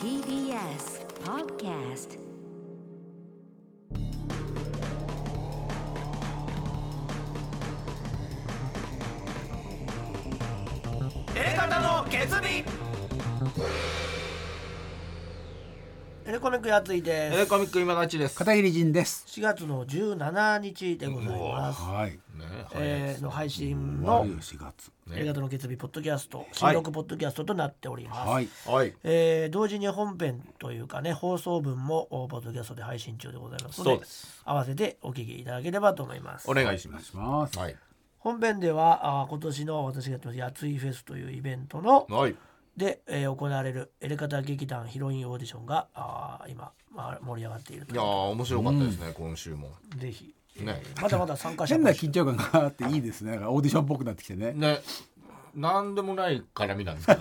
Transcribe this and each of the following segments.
TBS Podcast エレカタの決意エレコミックやついでエレコミック今立ちです。片桐仁です。す4月の17日でございます、はい。ねえーの配信の悪い四月。映画との決日ポッドキャスト新録ポッドキャストとなっております、はい。はい。えー同時に本編というかね放送分もおポッドキャストで配信中でございますのでそうです合わせてお聞きいただければと思いますお願いしおま願いす。します。はい。本編ではあー今年の私がやってます「やついフェス」というイベントのはい。で、えー行われるエレカタ劇団ヒロインオーディションがあー今、まあ、盛り上がっているといやー面白かったですね、今週も。ぜひ、ね。まだまだ参加者変な募集緊張感があっていいですね。なんかオーディションっぽくなってきてね。ね。なんでもない絡みなんですけど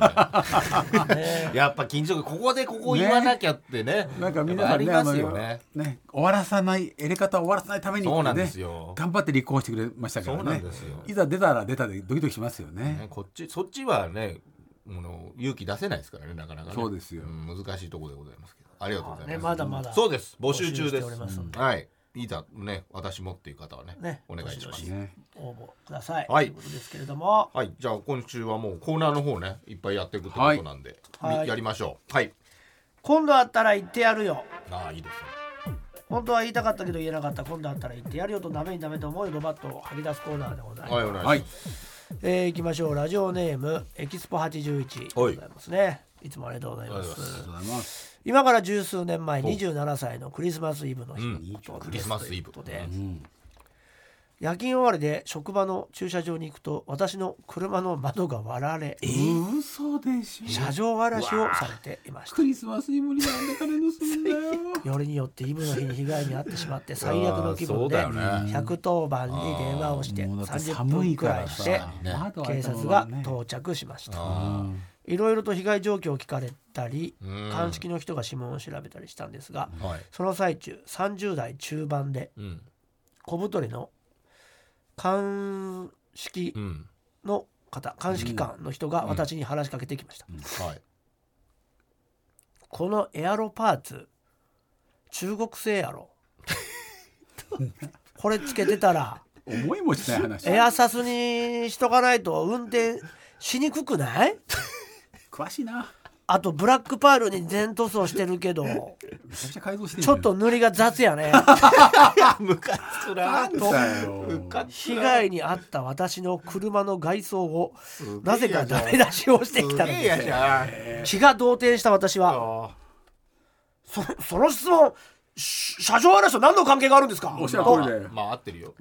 ね。 やっぱ緊張感ここでここ言わなきゃってね。なんかみんなやっぱあがりね、ますよね。のね、終わらさない、やり方を終わらさないためにってね。そうなんですよ頑張って立候補してくれましたからね。そうなんですよいざ出たら出たでドキドキしますよねね。こっちそっちはね、もの勇気出せないですからねなかなかね。そうですよん難しいところでございますけど。ありがとうございまねす。まだまだそうです。募集中で募集しておす。りますんではい。いざね私もっていう方はねねお願いしまどしど。しすね。応募ください、はいということですけれどもはい、じゃあ今週はもうコーナーの方ね、いっぱいやっていくってことなんで、はいみはいやりましょう。はい。今度あったら言ってやるよああ、いいですね。本当は言いたかったけど言えなかった今度あったら言ってやるよとダメにダメと思いドバッと吐き出すコーナーでございます、はい、お願いします。はい。えー、いきましょうラジオネームエキスポ81でございますねいつもありがとうございまありがとうございすありがとうございます。今から十数年前27歳のクリスマスイブの日のことですクリスマスイブということでうん。夜勤終わりで職場の駐車場に行くと私の車の窓が割られ嘘でしょ。車上荒らしをされていましたクリスマスイブになんで金盗んだ よ。よりによってイブの日に被害に遭ってしまって最悪の気分であーそうだよね110番に電話をしてもうだって30寒分いくからいらしさてね窓開警いた察まがまね到着しましたあいろいろと被害状況を聞かれたりうん鑑識の人が指紋を調べたりしたんですがあ、はい。その最中30代中盤でうん。小太りの鑑識うん。の方鑑識官の人が私に話しかけてきましたはい。このエアロパーツ中国製やろこれつけてたら思いもしない話。エアサスにしとかないと運転しにくくない詳しいな。あとブラックパールに全塗装してるけどめちゃくちゃ改造してるちじゃょんっと塗りが雑やねむかつくななんだよ。被害に遭った私の車の外装をなぜかダメ出しをしてきたのいやいでや。す気が動転した私はそその質問し車上荒らしと何の関係があるんですかおっしゃる通りだよ。まあ合ってるよ。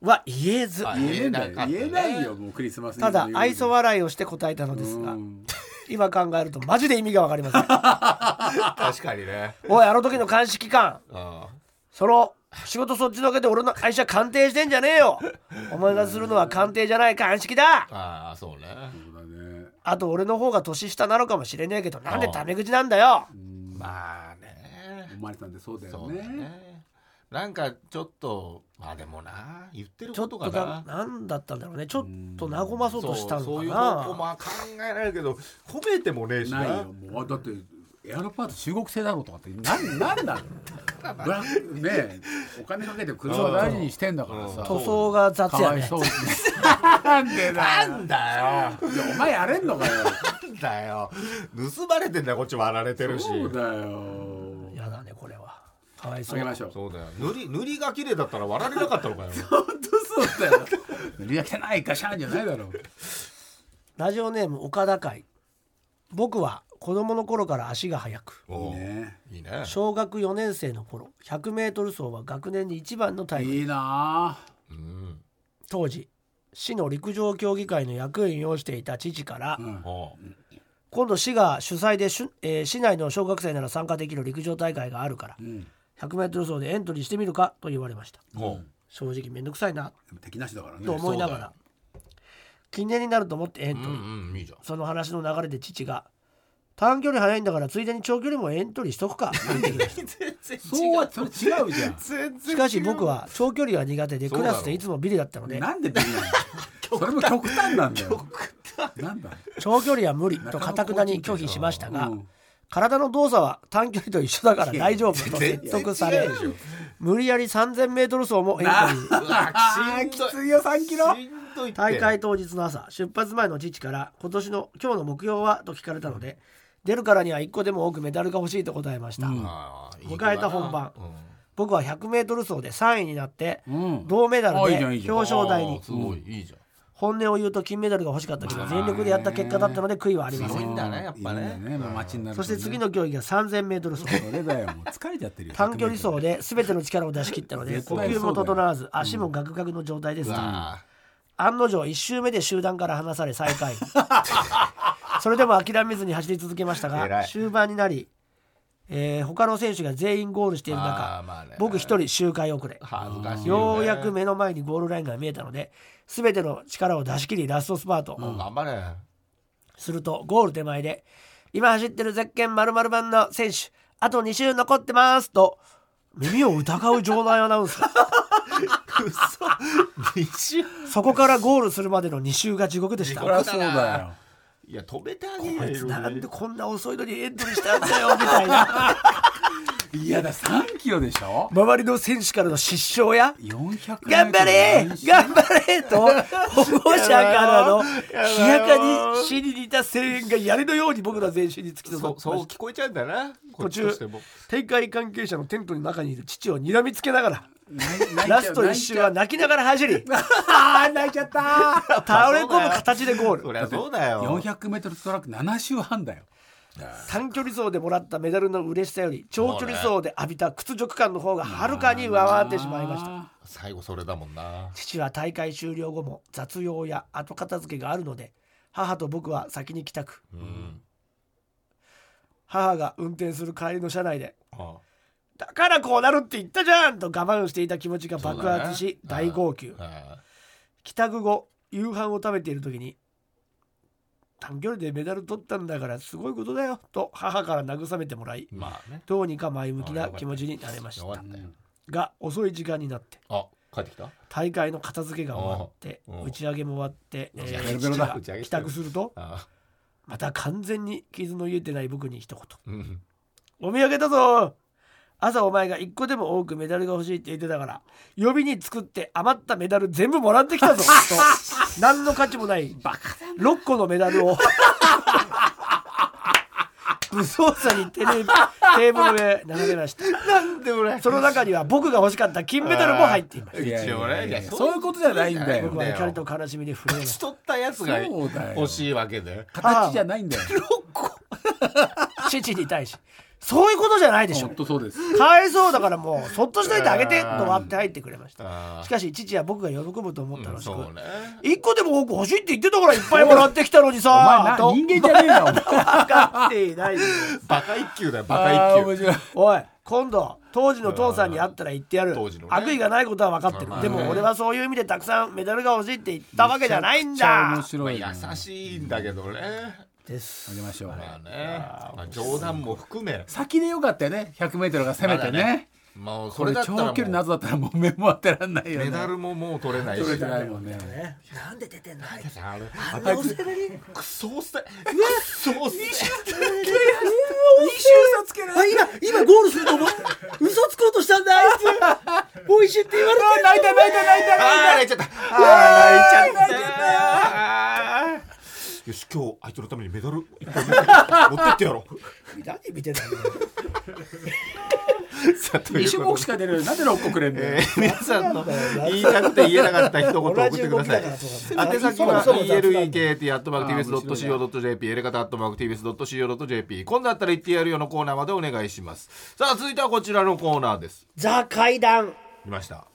は言えず、あ言えないかったよね言えないよもうクリスマスイブただの夜愛想笑いをして答えたのですうがん今考えるとマジで意味がわかりません 確かにね。おいあの時の鑑識官あその仕事そっちのけで俺の愛車鑑定してんじゃねえよお前がするのは鑑定じゃない鑑識だあ、ああそうね。そうだねあと俺の方が年下なのかもしれねえけどなんでタメ口なんだよまあね。生まれたんでそうだよそうだねね。なんかちょっとまあでもな言ってるちょこっととががな。何だったんだろうねちょっと和まそうとしたのそかうそういう方向なも考えられるけど褒めてもねえしないなよ。もうだってエアロパート中国製だろうとかってなんなんなのブラックねえお金かけて車を大事にしてんだからさ塗装が雑かやわいねそうになんでだなよんだよ。いやお前やれんのかよなんだよ盗まれてんだよこっち割られてるしそうだよやだねこれはかわいそあうげましょう本そうだよ塗り塗りが綺麗だったら割られなかったのかよ当 そうだよ塗りが汚いガシャンじゃないだろうラジオネーム岡田会僕は子供の頃から足が速くおうねいいね小学4年生の頃 100m 走は学年に一番のタイムいいなあうん当時市の陸上競技会の役員をしていた父から、うんおう今度市が主催でしゅ、えー市内の小学生なら参加できる陸上大会があるからうん 100m 走でエントリーしてみるかと言われましたおう正直めんどくさいなでも敵なしだからねと思いながら記念になると思ってエンうトリー、んうんいいじゃんその話の流れで父が短距離速いんだからついでに長距離もエントリーしとくかそうはそれ違うじゃん全然しかし僕は長距離は苦手でそうクだろラスでいつもビリだったのでなんでビリなのそれも極端なんだよなんだ長距離は無理とかたくなに拒否しましたが、うん体の動作は短距離と一緒だから大丈夫と説得され無理やり 3000m 走もエントリーあーきついよ3キロしんどいって大会当日の朝出発前の父から今年の今日の目標はと聞かれたので出るからには1個でも多くメダルが欲しいと答えました、あーいい子だな迎えた本番うん僕は 100m 走で3位になってうん銅メダルあいいじゃんいいでじゃん表彰台にあーすごいいいじゃん本音を言うと金メダルが欲しかったけど全力でやった結果だったので悔いはありませ強いんんだねやっぱいるねんだよもう街になるとそねして次の競技が 3000m 走それだよもう疲れちゃってるよ短距離走で全ての力を出し切ったので 絶呼対吸もそうだよ整わず足もガクガクの状態ですがあ案の定1周目で集団から離され最下 位それでも諦めずに走り続けました偉がい終盤になり、えー他の選手が全員ゴールしているあーまあ中ね僕一人周回遅れ恥ずかしいよようねやく目の前にゴールラインが見えたので全ての力を出し切りラストスパート、頑張れするとゴール手前で「今走ってるゼッケン〇〇番の選手あと2周残ってます」と耳を疑う場内アナウンスそこからゴールするまでの2周が地獄でしたそりゃそうだよいや止めてあげあるいつよなんでこんな遅いのにエントリーしたんだよみたいないやだ3キロでしょ周りの選手からの失笑や400頑張れ頑張れと保護者からの冷やかに死に似た声援がやりのように僕ら全身に突き刺さそっうてそまうした聞こえちゃうんだなこ途っちと中しても大会関係者のテントの中にいる父を睨みつけながられラスト1周は泣きながら走りあー泣いちゃった倒れ込む形でゴーそルりゃそうだよ 400m トラック7周半だよ短距離走でもらったメダルの嬉しさより長距離走で浴びた屈辱感の方がはるかに上回ってしまいましたあ最後それだもんな父は大会終了後も雑用や後片付けがあるので母と僕は先に帰宅うん母が運転する帰りの車内であ「だからこうなるって言ったじゃん!」と我慢していた気持ちが爆発しそうだね大号泣あ帰宅後夕飯を食べている時に「短距離でメダル取ったんだからすごいことだよ」と母から慰めてもらいまあねどうにか前向きな気持ちになれましよかたったよが遅い時間になってあ帰ってきた大会の片付けが終わっておうおう打ち上げも終わって、えいやー、ベロベロだ父が帰宅するとあまた完全に傷の癒えてない僕に一言うん「お土産だぞ朝お前が一個でも多くメダルが欲しいって言ってたから予備に作って余ったメダル全部もらってきた ぞ」と何の価値もない6個のメダル を武装さにテレビテーブルへ並べましたなんで俺その中には僕が欲しかった金メダルも入っていましたいやい一応ねやいやいやそういうことじゃないんだ僕よは怒りと悲しみで震えまししとったやつがそうだよ欲しいわけで形じゃないんだよた父に対しそういうことじゃないでしょ本当そうですかわいそうだからもうそっとしといてあげてと割って入ってくれましたあしかし父は僕が喜ぶと思ったあらしくそうね一個でも多く欲しいって言ってたからいっぱいもらってきたのにお前さなと人間じゃねえなお前分かっていないバカ一級だよバあカー一級面白いおい今度当時の父さんに会ったら言ってやる当時のね悪意がないことは分かってまるあでねも俺はそういう意味でたくさんメダルが欲しいって言ったわけじゃないんめちゃくちゃだ面白いなまあ優しいんだけどねですあげましょうまあねまあ冗談も含め先でよかったよね 100m が攻めてまだねもうそこれれだっ長たらもう距離謎だったらもう目も当てらんないよねメダルももう取れないし取れてないもんねなんで出てんのあれあんなお世話にクソ遅いクソ遅い二周差つけられ今今ゴールすると思う嘘つこうとしたんだあいつもう一周って言われて る泣いた泣いた泣いたあー泣いちゃったあー泣いちゃったよし今日あいつのためにメダル持って ってやろう何見てたんださあという2種こと目でしか出るのになんで6個くれんだえよー 皆さんの言いたくて言えなかった一言を送ってください同じ動きだからそう宛先は elekt アットマーク TBS.CO.JP エレカタアットマーク TBS.CO.JP 今度あったら言ってやるよのコーナーまでお願いしますさあ続いてはこちらのコーナーですザ怪談見ました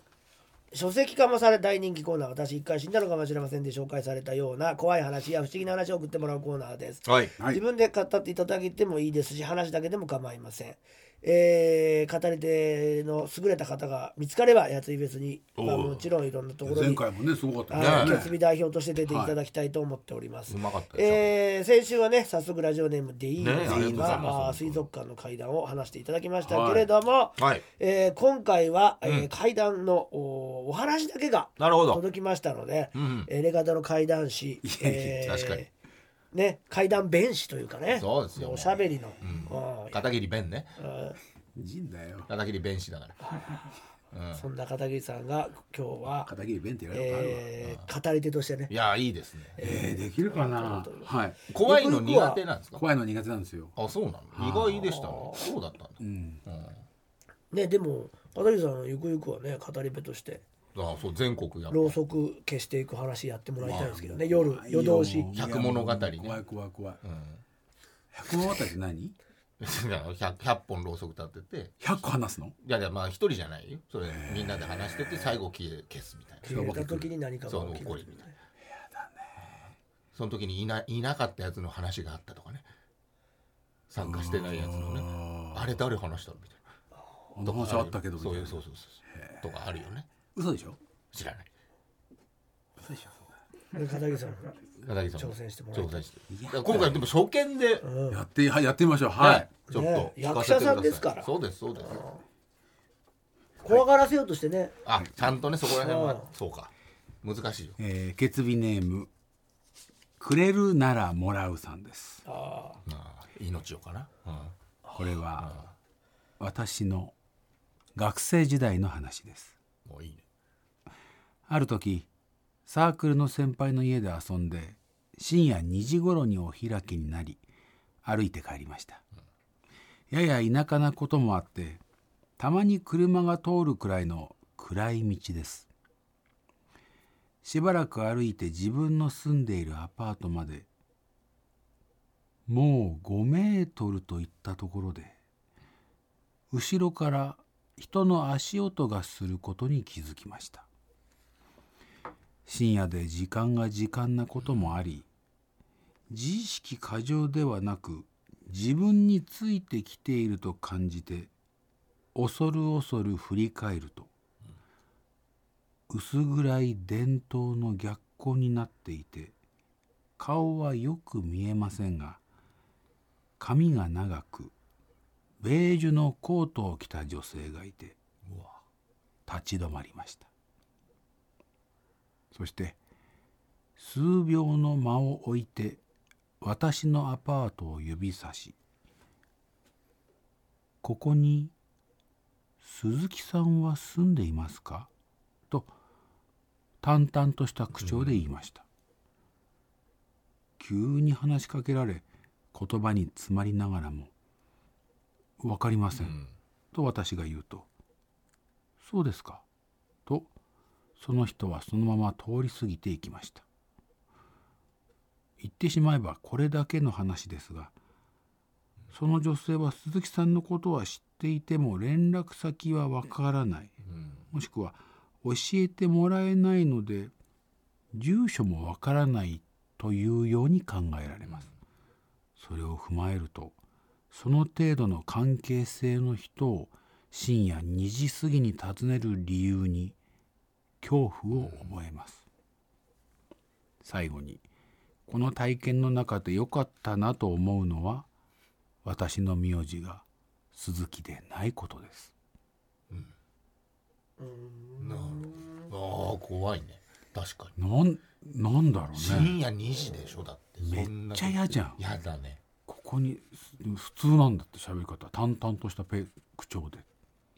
書籍化もされ大人気コーナー私一回死んだのかもしれませんで紹介されたような怖い話や不思議な話を送ってもらうコーナーですはいはい自分で語っていただいてもいいですし話だけでも構いませんえー語り手の優れた方が見つかればやついフェスに、まあ、もちろんいろんなところ前に回もねすごかったはい、ね決備代表として出ていただきたいと思っております。うまかったですよえー先週はね、早速ラジオネームでいいねありがとうございますが、あー水族館の会談を話していただきましたけれども、はいえー今回は、えー会談のおお話だけがなるほど届きましたので、うんうんえーレガタの会談誌、やいやえー確かにね、会談弁士というかね、そうですよもおしゃべりの、うん片桐弁ねいいんだよ片桐弁士だからそんな片桐さんが今日は、片桐弁ってやることあるわえー語り手としてねい、やいいですねえーできるかなはい怖いの苦手なんですか怖いの苦手なんですよあそうなの意外でしたねそうだったんだ、ね、でも片桐さんゆくゆくはね語り部としてあそう全国やっぱろうそく消していく話やってもらいたいんですけどね、夜夜通し百物語ね怖い怖い怖い百物語って何 100, 100本ろうそく立ってて百個話すのいやいやまあ一人じゃないよそれみんなで話してて最後消え消すみたいな消えた時に何かそがう起き怒るりみたいなその時にいないなかったやつの話があったとかね参加してないやつのねあれ誰話したのみたいなあの話あったけどそういうそううそうそうとかあるよね嘘でしょ知らない片桐さん片桐さん挑戦してもらいたい挑戦してだから今回でも初見で、やってはいやってみましょうはいちょっと、ね聞かせて役くだ者さいんですからそうですそうです怖がらせようとしてね、あちゃんとねそこら辺はそうか難しいよえー決備ネームくれるならもらうさんですあー命をかな、うんこれは私の学生時代の話ですもういいねある時サークルの先輩の家で遊んで深夜2時頃にお開きになり歩いて帰りましたやや田舎なこともあってたまに車が通るくらいの暗い道ですしばらく歩いて自分の住んでいるアパートまでもう5メートルといったところで後ろから人の足音がすることに気づきました深夜で時間が時間なこともあり自意識過剰ではなく自分についてきていると感じて恐る恐る振り返ると薄暗い伝統の逆光になっていて顔はよく見えませんが髪が長くベージュのコートを着た女性がいて立ち止まりましたそして数秒の間を置いて私のアパートを指さし「ここに鈴木さんは住んでいますか?」と淡々とした口調で言いました、急に話しかけられ言葉に詰まりながらも「わかりません」と私が言うと「そうですか」とその人はそのまま通り過ぎていきました言ってしまえばこれだけの話ですがその女性は鈴木さんのことは知っていても連絡先はわからないもしくは教えてもらえないので住所もわからないというように考えられますそれを踏まえるとその程度の関係性の人を深夜2時過ぎに訪ねる理由に恐怖を覚えます、最後にこの体験の中で良かったなと思うのは私の名字が鈴木でないことですなるほどあー怖いね確かになんなんだろうね深夜2時でしょだってめめっちゃ嫌じゃん嫌だねここにす普通なんだって喋り方淡々としたペ口調で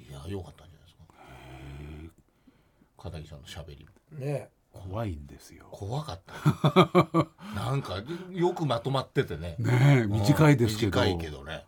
いや良かったんじゃないですか片桐さんのしゃべりもね怖いんですよ怖かった なんかよくまとまっててねねえ短いですけど短いけどね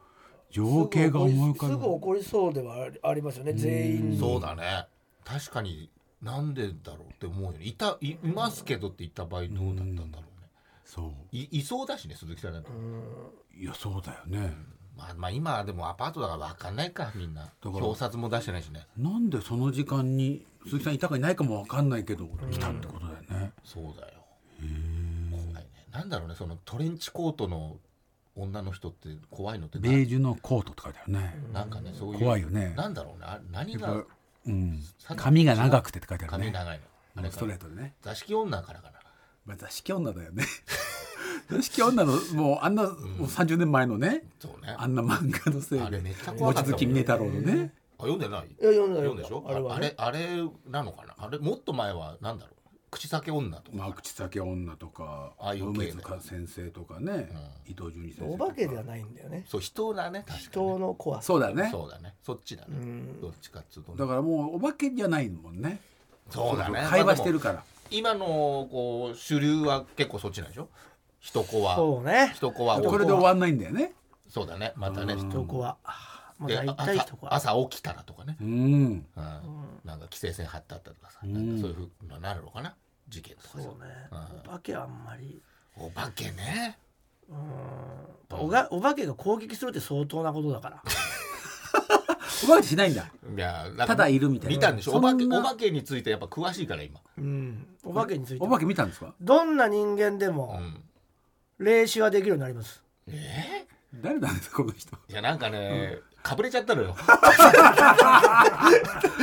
情景が思い浮かすぶぐ怒りそうではありますよね全員にそうだね確かになんでだろうって思うよねいたいいますけどって言った場合どうだったんだろうねそいいそうだしね鈴木さんなんてういやそうだよねまあ、まあ今はでもアパートだから分かんないかみんなら表札も出してないしねなんでその時間に鈴木さんいたかいないかもわかんないけど来たってことだよねそうだよ怖いねなんだろうねそのトレンチコートの女の人って怖いのってベなージュのコートって書いてあるね。なんかねそういう怖いよねなんだろうねあれ何やがっぱうん、髪が長くてって書いてある髪ね。長いのあれストかレートでね。座敷女からかなまあ、座敷女だよね。 座敷女の、もうあんな、もう30年前のね、そうねあんな漫画のせいあれめっでちゃ、怖望かったもん月峰太郎のね、あ読んでないいや読んだ読んでしょあれあはあねれあれなのかなあれもっと前はなんだろう口先女とか、まあ、口先女とか、ああいう系ね梅津か先生とかね、伊藤純二先生おとか。化けではないんだよねそう人だね確かにね人の怖さそうだね。そうだねそっちだねどっちかっつうとねだからもうお化けじゃないもんね。そうだね会話してるまあから。でも今のこう主流は結構そっちなんでしょ人子はそうね人子はこれで終わんないんだよね。そうだねまたね人人子怖はもうで大体人怖朝朝起きたらとかねうん。うんなんか規制線張ってあったとかさなんかそういうふうになるのかな事件とかそうさねお化けはあんまりお化けねやっぱおがお化けが攻撃するって相当なことだからお化けしないんだ。いやなんかただいるみたいな見たんでしょそおんな化けお化けについてやっぱ詳しいから今うんお化けについておは化け見たんですかどんな人間でうもん霊視はできるようになりますえ誰なんですか、この人。ーいやなんかねかぶれちゃったのよ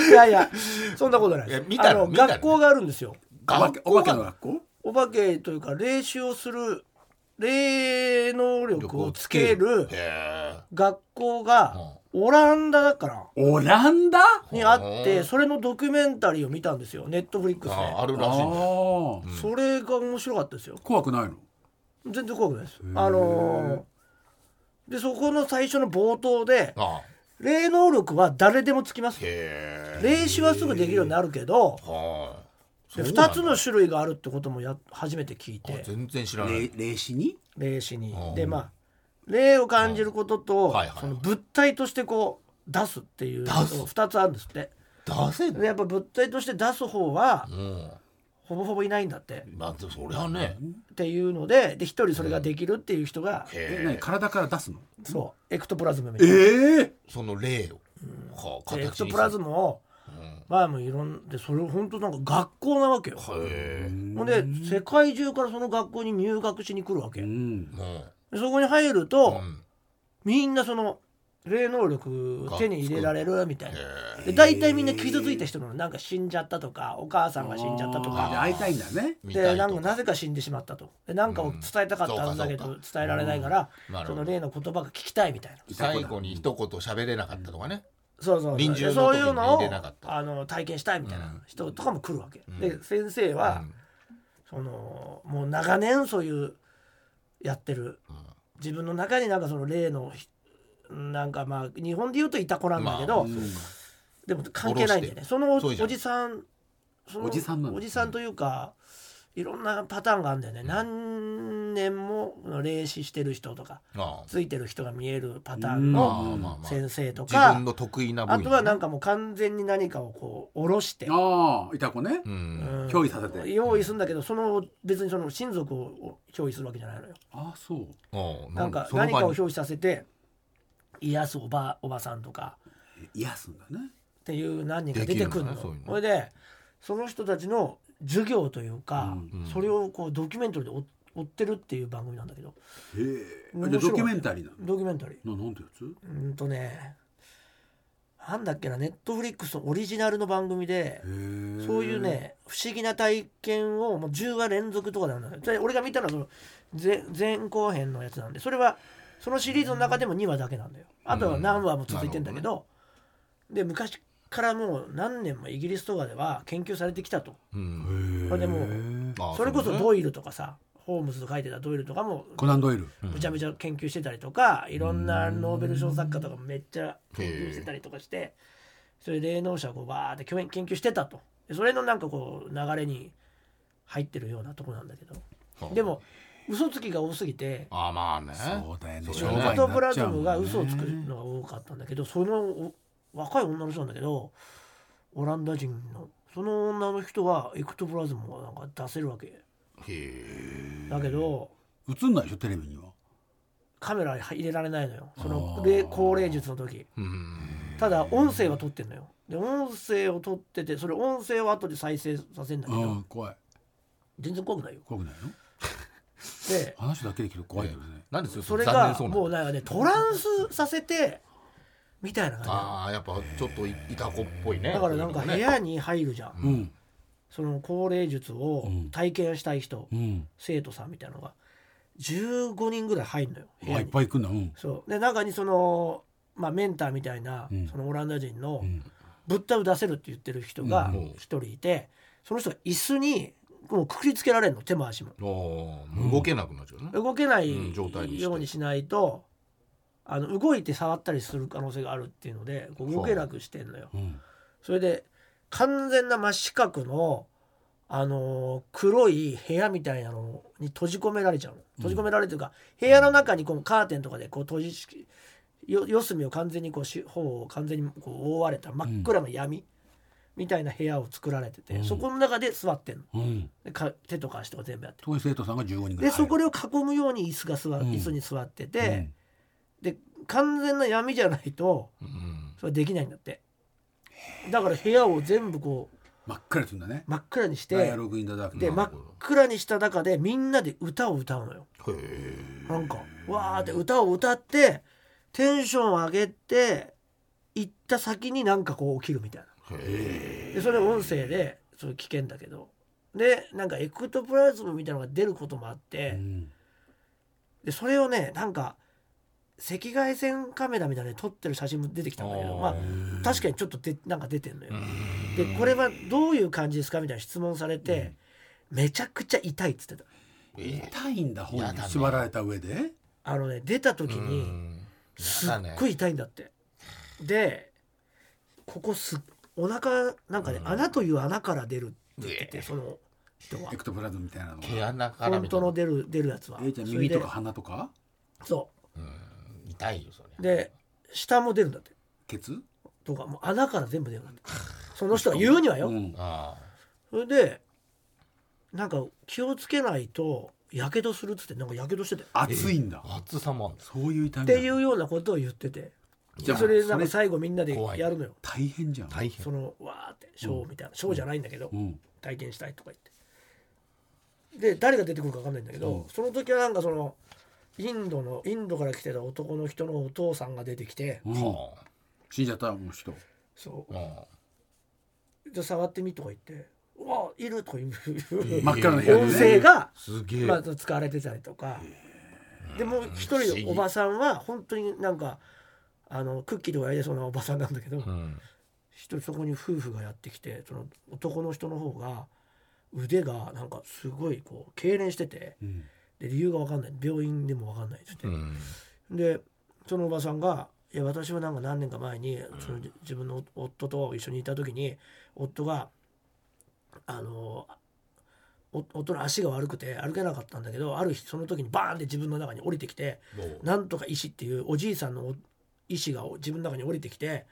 いやいやそんなことないいでやす見たあのの見たの学校があるんですよお化け学校おが化けの学校お化けというか霊視をする霊能力をつけ力をるつけへ学校がオランダだからオランダあにあってそれのドキュメンタリーを見たんですよネットフリックースああでるらしいねあ。それが面白かったですよ怖くないの全然怖くないですあのーでそこの最初の冒頭であ霊能力は誰でもつきますよへえ霊視はすぐできるようになるけどはいでそうな2んだつの種類があるってこともや初めて聞いて全然知らない霊霊視に霊視にうんでまあ霊を感じることとはいはいはいその物体としてこう出すっていう出す2つあるんですって出せるでやっぱ物体として出す方はうんほぼほぼいないんだってまあそりゃねっていうのでで一人それができるっていう人が、え何へえ体から出すのそうエクトプラズムみたいなええその霊をはあでエク形トにプラズムを前もいろんでそれ本当なんか学校なわけよへえほんで世界中からその学校に入学しに来るわけうでんうんそこに入ると、うんみんなその霊能力を手に入れられるみたいへなえで大体みんな傷ついた人なのなんか死んじゃったとかお母さんが死んじゃったとあーでか会いたいんだね見たでいなんかとなぜか死んでしまったとでなんかを伝えたかったはずだけうんそうどかそうか伝えられないから、うんなるそほどの霊の言葉が聞きたいみたいな。最後に一言喋れなかったとかねそうそう臨終のそういうの時に入れをなかったあの体験したいみたいな人とかも来るわけ、で先生は、そのもう長年そういうやってる、自分の中になんかその例のひなんかまあ日本で言うといた子なんだけど、まあそうでも関係ないんだよねそのおそうじゃんおじさんそのおじさんなのおじさんというか、いろんなパターンがあるんだよね、何年もその霊視してる人とかああついてる人が見えるパターうンんまのあまあまあ先生と自か、分の得意な分あ野とはなんかもう完全に何かをこう下ろして、ああいた子ねうんうん憑依させて用意するんだけどその別にその親族を憑依するわけじゃないのよああそううんなんかその何場かをに憑依させて癒すおばおばさんとかえ癒すんだねっていう何人か出てくるのできるんだねそういうのそれでその人たちの授業というか、うんそれをこうドキュメンタリーで追追ってるっていう番組なんだけどへえ面じゃ白いあドキュメンタリーなドキュメンタリーのななんてやつうーんとねなんだっけなネットフリックスのオリジナルの番組でへえそういうね不思議な体験をもう10話連続とかなんだよで俺が見たのはその前前後編のやつなんでそれはそのシリーズの中でも2話だけなんだよあとは何話も続いてんだけど,、で昔からもう何年もイギリスとかでは研究されてきたとうんへこれでもえまあそれこそねドイルとかさホームズと書いてたドイルとかもコナンドイルめちゃめちゃ研究してたりとかいろんなノーベル賞作家とかもめっちゃ研究してたりとかしてそれで霊能者をこうバーって研研究してたとでそれのなんかこう流れに入ってるようなとこなんだけそうどでも嘘つきが多すぎてあまあねそうだよねそしょううだがエねないにクなトプラっちズゃうもムんねが嘘をつくのが多かったんだけどそのお若い女の人なんだけどオランダ人のその女の人はエクトプラズムをなんか出せるわけへえだけど映んないでしょテレビにはカメラ入れられないのよその霊高齢術の時。うんただ音声は撮ってんのよで音声を撮っててそれ音声を後で再生させんだけうどん怖い全然怖くないよ怖くないのって話だけで聞くと怖いけどね。なんですよそれ残が念そうなもうなんかねトランスさせてみたいな感じああやっぱちょっといいた子っぽいねだからなんか部屋に入るじゃん、うんその高齢術を体験したい人、うん。生徒さんみたいなのが15人ぐらい入るのよ部あ屋いっにぱい行くんだ。うん。そうで中にその、まあ、メンターみたいな、うんそのオランダ人のん物体を出せるって言ってる人がうん一人いて、その人が椅子にもうくくりつけられるの手も足もおー動けなくなっちゃうね、動けないうん状態にしてようにしないと、あの動いて触ったりする可能性があるっていうのでこう動けなくしてんのよ。うん。それで完全な真四角の、あのー黒い部屋みたいなのに閉じ込められちゃうの閉じ込められるというか、部屋の中にこのカーテンとかでこう閉じしよ四隅を完全にこう四方を完全にこう覆われた真っ暗の闇みたいな部屋を作られてて、うんそこの中で座ってんのうん。でか手とか足とか全部やってそこに生徒さんが15人ぐらでい入そる。こを囲むように椅子が座、ん椅子に座ってて、で完全な闇じゃないとうんそれはできないんだってだから部屋を全部こう真っ暗にするんだね。真っ暗にしダイてアログインダダークので真っ暗にした中でみんなで歌を歌うのよへえなんかわーって歌を歌ってテンションを上げて行った先になんかこう起きるみたいなでそれ音声でそれ聞けんだけどでなんかエクトプラズムみたいなのが出ることもあって、うん。でそれをねなんか赤外線カメラみたいなので撮ってる写真も出てきたんだけどおーまあ確かにちょっとでなんか出てんのよ。でこれはどういう感じですかみたいな質問されて、めちゃくちゃ痛いっつってた痛いんだ本やにだね縛られた上で。あのね出た時うにんすっごい痛いんだって。でここすお腹なんかね、穴という穴から出るって言っててその人はエクトプラズムみたいなのが。毛穴から本みた当いなの出る出るやつは。えーじゃあそれ耳でとか鼻とかそ痛いよそれうで下も出るんだって。ケツ？とかもう穴から全部出るんだ ってその人が言うにはよ、うん。あそれでなんか気をつけないとやけどするっつってなんかやけどしててっ熱いんだ。あ熱さもあるんですそういう痛みていううようなことを言っててじゃあそれなんそかれ最後みんなで怖いやるのよ大変じゃん。大変そのわーってショーみたいな、ショーじゃないんだけど、うん。体験したいとか言ってで誰が出てくるか分かんないんだけど、うんその時はなんかそのインドのインドから来てた男の人のお父さんが出てきて、うんは死んじゃったもう人。そあうんうじゃあ触ってみとか言って「うわいる」とか言う真っ暗な部屋音で声ね。が、すげえ、まあ、使われてたりとか、でもう一人のおばさんは本当になんかあのクッキーとかやりそうなおばさんなんだけど、うん一人そこに夫婦がやってきてその男の人の方が腕がなんかすごいこう痙攣しててうん。で理由が分かんない病院でも分かんないっつって、うんでそのおばさんが「いや私はなんか何年か前にその自分の夫と一緒にいた時に夫があのお夫の足が悪くて歩けなかったんだけどある日その時にバーンって自分の中に降りてきてなんとか石っていうおじいさんのお石がお自分の中に降りてきて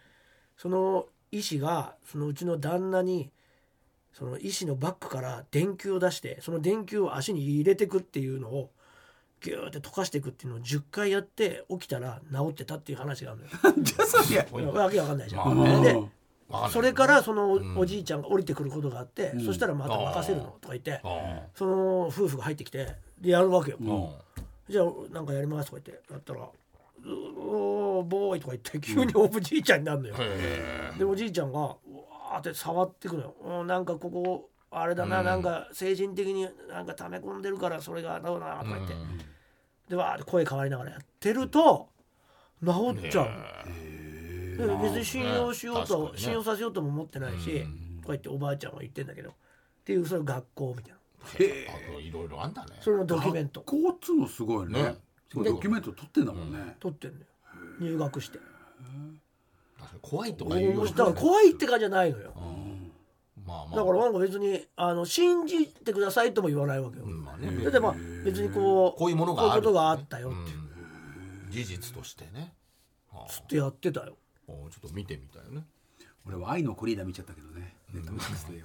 その石がそのうちの旦那にその石のバッグから電球を出してその電球を足に入れてくっていうのをギューって溶かしていくっていうのを10回やって起きたら治ってたっていう話があるじゃあそりゃ。のよわけわかんないじゃん。まあねでうんわかんないそれからそのおおじいちゃんが降りてくることがあって、そしたらまた任せるのとか言ってああその夫婦が入ってきてでやるわけよ。うんじゃあなんかやりますとか言ってやったら「うおーボーイ」とか言って急におじいちゃんになるのよ。へでおじいちゃんがうわーって触ってくのよ。うん、なんかここあれだな、なんか精神的になんか溜め込んでるからそれがどうなとか言って、でわーって声変わりながらやってると治っちゃうの。で別に信用しようと、確かにね信用させようとも思ってないし、こうやっておばあちゃんは言ってんだけどっていうそれ学校みたいなえあといろいろあんだねそれのドキュメントこっつうのすごいねね。そうドキュメント撮ってんだもんね。取ってんのよ入学して。怖いとか言うよ面り白いだから怖いって感じじゃないのよまあまあだからなんか別にあの信じてくださいとも言わないわけよ、まあねだってまあ別にこうこういうものがあるこういうことがあったよって言っうん事実としてねてやってたよああちょっと見てみたいよね俺は愛のコリーダ見ちゃったけどね。ネットフリックスといえ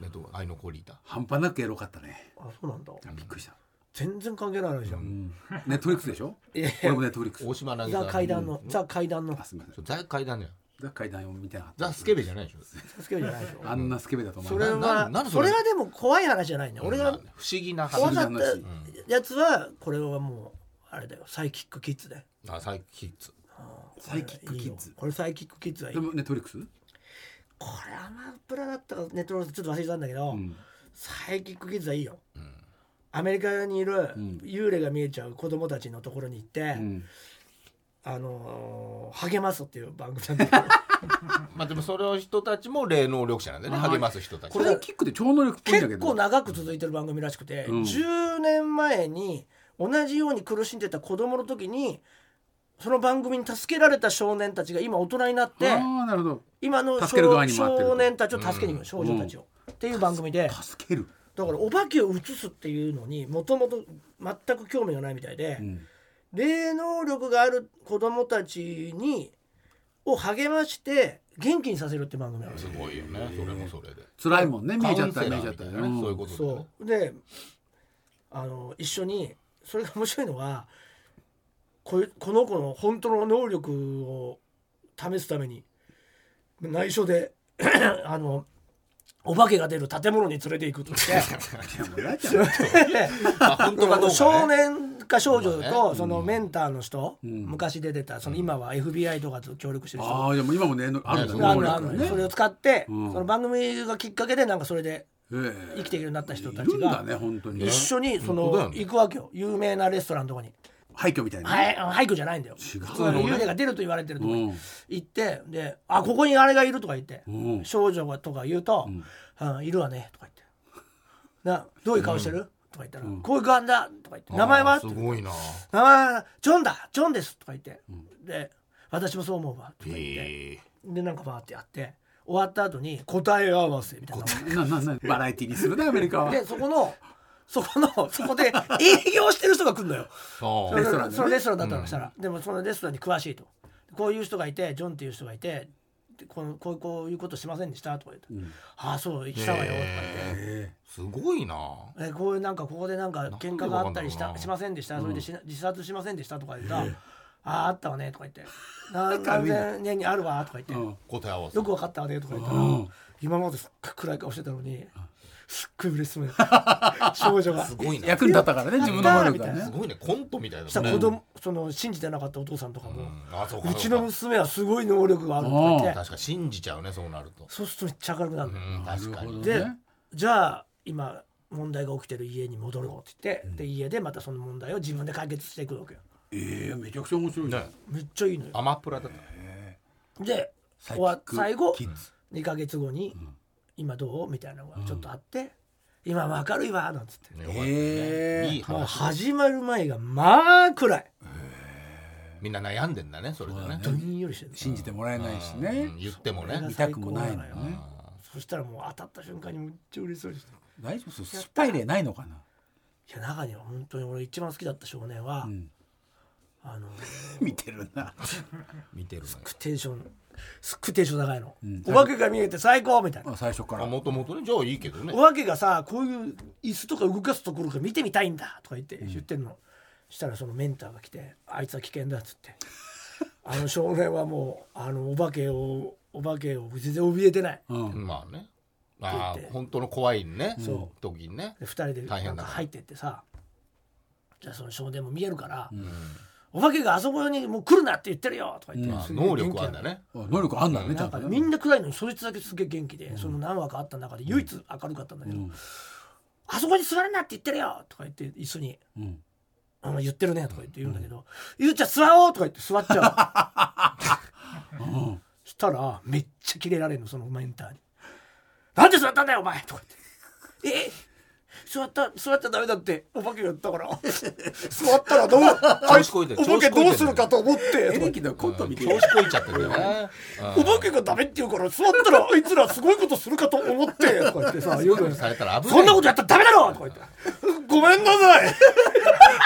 ばねと愛のコリーダ半端なくエロかったね。あそうなんだびっくりした。全然関係ない話じゃん、ネットフリックスでしょ。俺もネットフリックス。大島渚ザ階段の、ザ階段のあすみません。ザ階段ねだ階段を見てなかったザ・スケベじゃないでしょ助けるじゃないでしょあんなスケベだと思そうれななはなんでそそれれはでも怖い話じゃないね俺が不思議な怖か話なっんただやつはこれはもうあれだよサイキックキッズだよあサイキッズサイキックキッいズいよこれサイキックキッズはいいでもネットフリックスこれアマプラだったかネットロースちょっと忘れたんだけど、んサイキックキッズはいいよ、アメリカにいるん幽霊が見えちゃう子供たちのところに行って、うんあのー励ますっていう番組 なんだまあでもそれを人たちも霊能力者なんでねあー励ます人たちこれサイキックって超能力っぽいんだ結けど構長く続いてる番組らしくて、うん10年前に同じように苦しんでた子供の時にその番組に助けられた少年たちが今大人になってああなるほど今の助ける側少に回ってる少年たちを助けに行く少女たちを、っていう番組で助けるだからお化けを移すっていうのにもともと全く興味がないみたいで、ん霊能力がある子供たちにを励まして元気にさせるって番組なんですすよ。ごいよねそれもそれで辛いもんね見えちゃったら見カウえンちセゃラーみったたらいなねねそういうこことだよねそうであの一緒にそれが面白いのはこいこの子の本当の能力を試すために内緒で あのお化けが出る建物に連れてい くとして。あ本当かどう少かね年か少女まあとそのメンターの人、昔出てたその今は FBI とかと協力してる人、ああでも今もねあるんだねねあ能るあ力るがそれねを使って、うんその番組がきっかけでなんかそれでえ生きていけるようになった人たえいちるんだがね本当に一緒にそ本当だよのね行くわけよ有名なレストランのとかに、廃墟みたいなはねい、廃墟じゃないんだよ普うのね通の幽霊が出ると言われてるとこうにん行ってで「あここにあれがいる」とか言ってうん少女がとか言うと「うんいるわね」とか言って「などういう顔してる?」とか言ったら「こういう感じだ」とか言って「名前は?」あすごいな名前はジョンだジョンですとか言って、で私もそう思うわとか言って、へえでなんかバーってやって終わった後に答え合わせみたいななななバラエティにするねアメリカはでそこのそこのそこで営業してる人が来るのよそそうん レストランでねのレストランだったのしたら、でもそのレストランに詳しいとこういう人がいてジョンっていう人がいてでこのこうこういうことしませんでしたとか言って、ああそうしたわよとか言って。へえすごいなえーこういうなんかここでなんか喧嘩があったりしなんたでしわませんでしたそれでしな自殺しませんでしたとか言ったら「あああったわね」とか言って「な何千年にあるわ」とか言って「うん答え合わせよくわかったわね」とか言ったらうん今まですっごい暗い顔してたのにすっごい嬉しそうに少女がす。ごいな役に立ったからね自分の能力がやすねごいねコントみたいそしたならね子供その信じてなかったお父さんとかもうんあそう「かそううちのか娘はすごい能力がある」とか言って確か信じちゃうねそうなるとそうするとめっちゃ明るくなるのようん確かにでねじゃあ今問題が起きてる家に戻ろうって言ってで家でまたその問題を自分で解決していくわけよええめちゃくちゃ面白いじゃんねめっちゃいいのよアマプラだったで終サイキわック最後キッズ2か月後に「今どう?」みたいなのがちょっとあって「今明るいわ」なんつってねよかったえいいえもう話始まる前がまあ暗いみんな悩んでんだねそれでねどんよりしてる信じてもらえないしうねん言ってもそれねが見たくもないのねそしたらもう当たった瞬間にめっちゃ嬉しそうにして大丈夫そう失敗例ないのかないや中には本当に俺一番好きだった少年は、あの見てるな見てるねテンションすっごいテンション高いの、お化けが見えて最高みたいなあ最初からもともとねじゃあいいけどねお化けがさこういう椅子とか動かすところが見てみたいんだとか言って言ってんの、したらそのメンターが来て「あいつは危険だ」っつって「あの少年はもうあのお化けをお化けを全然怯えてない」うんまあねああ本当の怖いね時にねで2人で大な変だんか入ってってさじゃあその少年も見えるから「んお化けがあそこにもう来るな」って言ってるよとか言って、まあすげえ能元気力はあんだねあ能力あんだねちなゃんんかとみねんな暗いのにそいつだけすげえ元気で、その何話かあった中で唯一明るかったんだけど「あそこに座るな」って言ってるよとか言って一緒に「んあの言ってるね」とか言って言うんだけど「ゆうちゃん座おう」とか言って座っちゃ うしたらめっちゃキレられるのそのメンターに「なんで座ったんだよお前」とか言って「え座った座っちゃダメだってお化けが言ったから座ったらどうあいつこおいて化けどうするかと思って」とかエ言っレてキのコントみたい調な子こいちゃってるよねお化けがダメって言うから座った らあいつらすごいことするかと思ってとか言ってさ夜されたら危ないそんなことやったらダメだろとか言ってごめんなさ い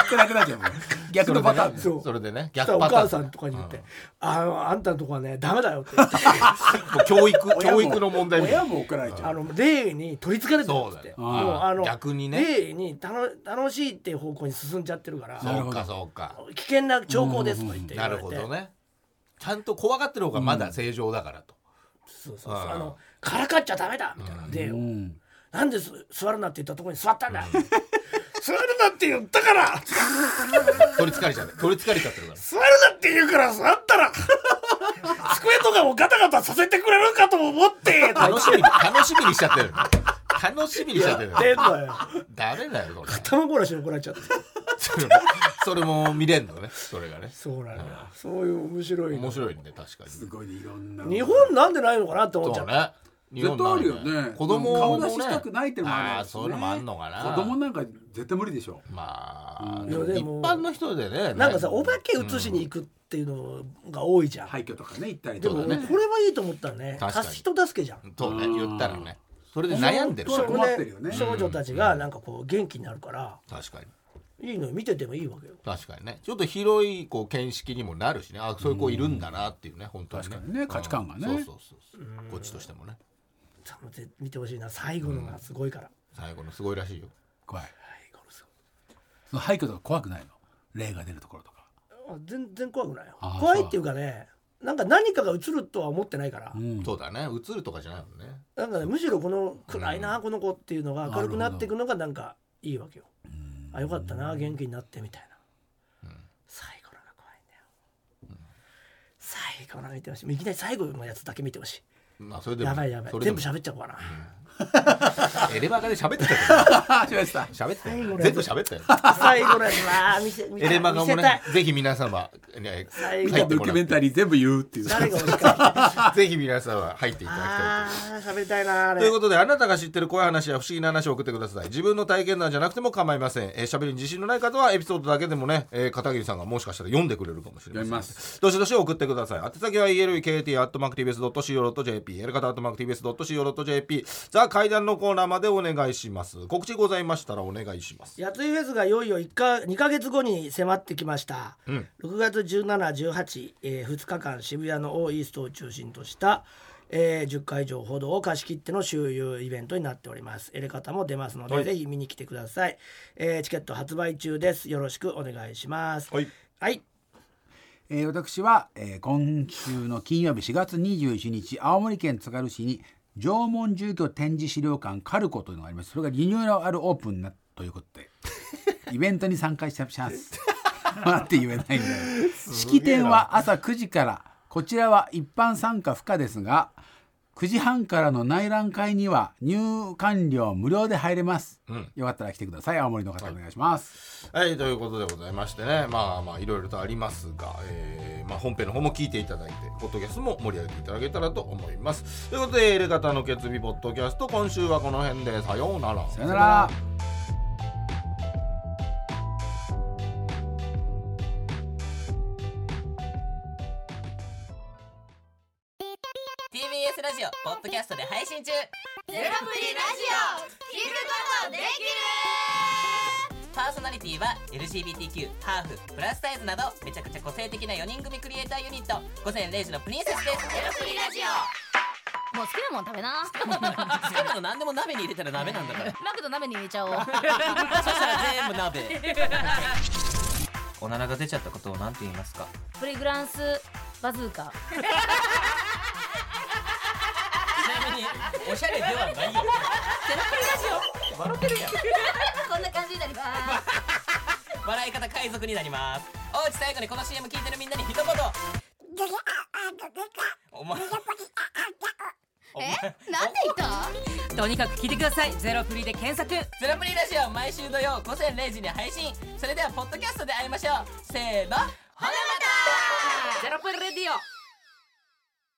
暗くなっちゃうもん 逆のパターンねそうそれでねそした逆らおパタ母ーさンんとかに言って「あのあんたのとこはねダメだ よ」って言ってもう 教育親も教育の問題みたいな親も怒られちゃあうの霊に取りつかれてるっつってそうだよもうあの逆にね霊に楽楽しいっていう方向に進んじゃってるからそうかそうか危険な兆候ですとか言って言なわれるてほどねちゃんと怖がってる方がまだ正常だからと、そうそうそうあーあのからかっちゃダメだみたいなで、うんなんです座るなって言ったところに座ったんだ、 座るなって言ったから取りつかれちゃって取りつかれちゃってるから座るなって言うから座ったら 机とかをガタガタさせてくれるかと思って楽しみに楽しみにしちゃってる楽しみにしちゃってる出んのよダメだよそれ頭ごなしに怒られちゃってそれ それも見れんのねそれがねそうなのよそういう面白いの面白いね確かにすごいねいろんな日本なんでないのかなって思っちゃそううね絶対あるよ日本なねい子供顔も出ししたくないってのもあるあやあつねそういうのもあんのかな子供なんか絶対無理でしょまあ、うんでもいやで一も般の人でねなんかさお化け移しに行くっていうのが多いじゃん、廃墟とかね行ったりでともか俺ねこれはいいと思ったね確かに人助けじゃんそうねうん言ったらねそれで悩んでるかそらう困ってるよねで少女たちがなんかこう元気になるから、確かにいいの見ててもいいわけよ確かにねちょっと広いこう見識にもなるしねあそういう子いるんだなっていうね本当に確かにね価値観がねうんそうそうそうそうこっちとしてもねさもうぜ見てほしいな最後のがすごいから、最後のすごいらしいよ怖い最後のすその廃墟とか怖くないの霊が出るところとかごいあ全然怖くないよあー怖いっていうかねなんか何かが映るとは思ってないから、んそうだね映るとかじゃないもんねなんかねむしろこの暗いな、この子っていうのが明るくなっていくのがなんかいいわけよあよかったな元気になってみたいな、最後のが怖いんだよ、最後のが見てほしいいきなり最後のやつだけ見てほしまあそれいでもやばいやばいそれで全も部喋っちゃおうかな、エレマガで喋ってたからあしました喋ってた最後のよやつ全部喋ったよ最後のやつわあ見せ見たエレマガ見もせたねいぜひ皆様ね最後入ってドもらキュっメンてタリー全部言うっていう誰が欲しかった ぜひ皆様入っていただきたいとあー喋りたいなあといれうことであなたが知ってる怖い話や不思議な話を送ってください自分の体験談じゃなくても構いませんえー喋、りに自信のない方はエピソードだけでもね、えー片桐さんがもしかしたら読んでくれるかもしれません読みますどしどし送ってください宛先は elekt.mactvs.co.jp エレカタ .mactvs.co.jp ザ階段のコーナーまでお願いします告知ございましたらお願いしますやついフェスがいよいよ1か2か月後に迫ってきました、6月1718、えー、2日間渋谷のオーイーストを中心とした、えー10会場ほどを貸し切っての周遊イベントになっておりますエレ方も出ますので、はいぜひ見に来てください、えーチケット発売中ですよろしくお願いしますはい、はい、えー私は、えー今週の金曜日4月21日青森県つがる市に縄文住居展示資料館カルコというのがありますそれがリニューアルオープンなということ でイベントに参加 したチャンスなんて言えないんだよ式典は朝9時からこちらは一般参加不可ですが9時半からの内覧会には入館料無料で入れます、うんよかったら来てください青森の方お願いします、はい、ということでございましてねまあまあいろいろとありますが、えーまあ、本編の方も聞いていただいてポッドキャストも盛り上げていただけたらと思いますということでエレガタの決意ポッドキャスト今週はこの辺でさようならさよならラジオポッドキャストで配信中ゼロプリラジオ聞くことできパーソナリティは LGBTQ ハーフプラスサイズなどめちゃくちゃ個性的な4人組クリエイターユニット午前0時のプリンセスでするゼロプリラジオもう好きなもん食べな好きなの何でも鍋に入れたら鍋なんだから マクド鍋に入れちゃおうそしたら全部鍋おならが出ちゃったことを何て言いますかプリグランスバズーカちなみにおしゃれではないよゼロプリラジオ笑ってるやんこんな感じになります笑い方海賊になりますおうち最後にこの CM 聞いてるみんなに一言お前お前えなんで言ったとにかく聞いてくださいゼロプリで検索ゼロプリラジオ毎週土曜午前0時に配信それではポッドキャストで会いましょうせーのほなまたゼロプリレディオ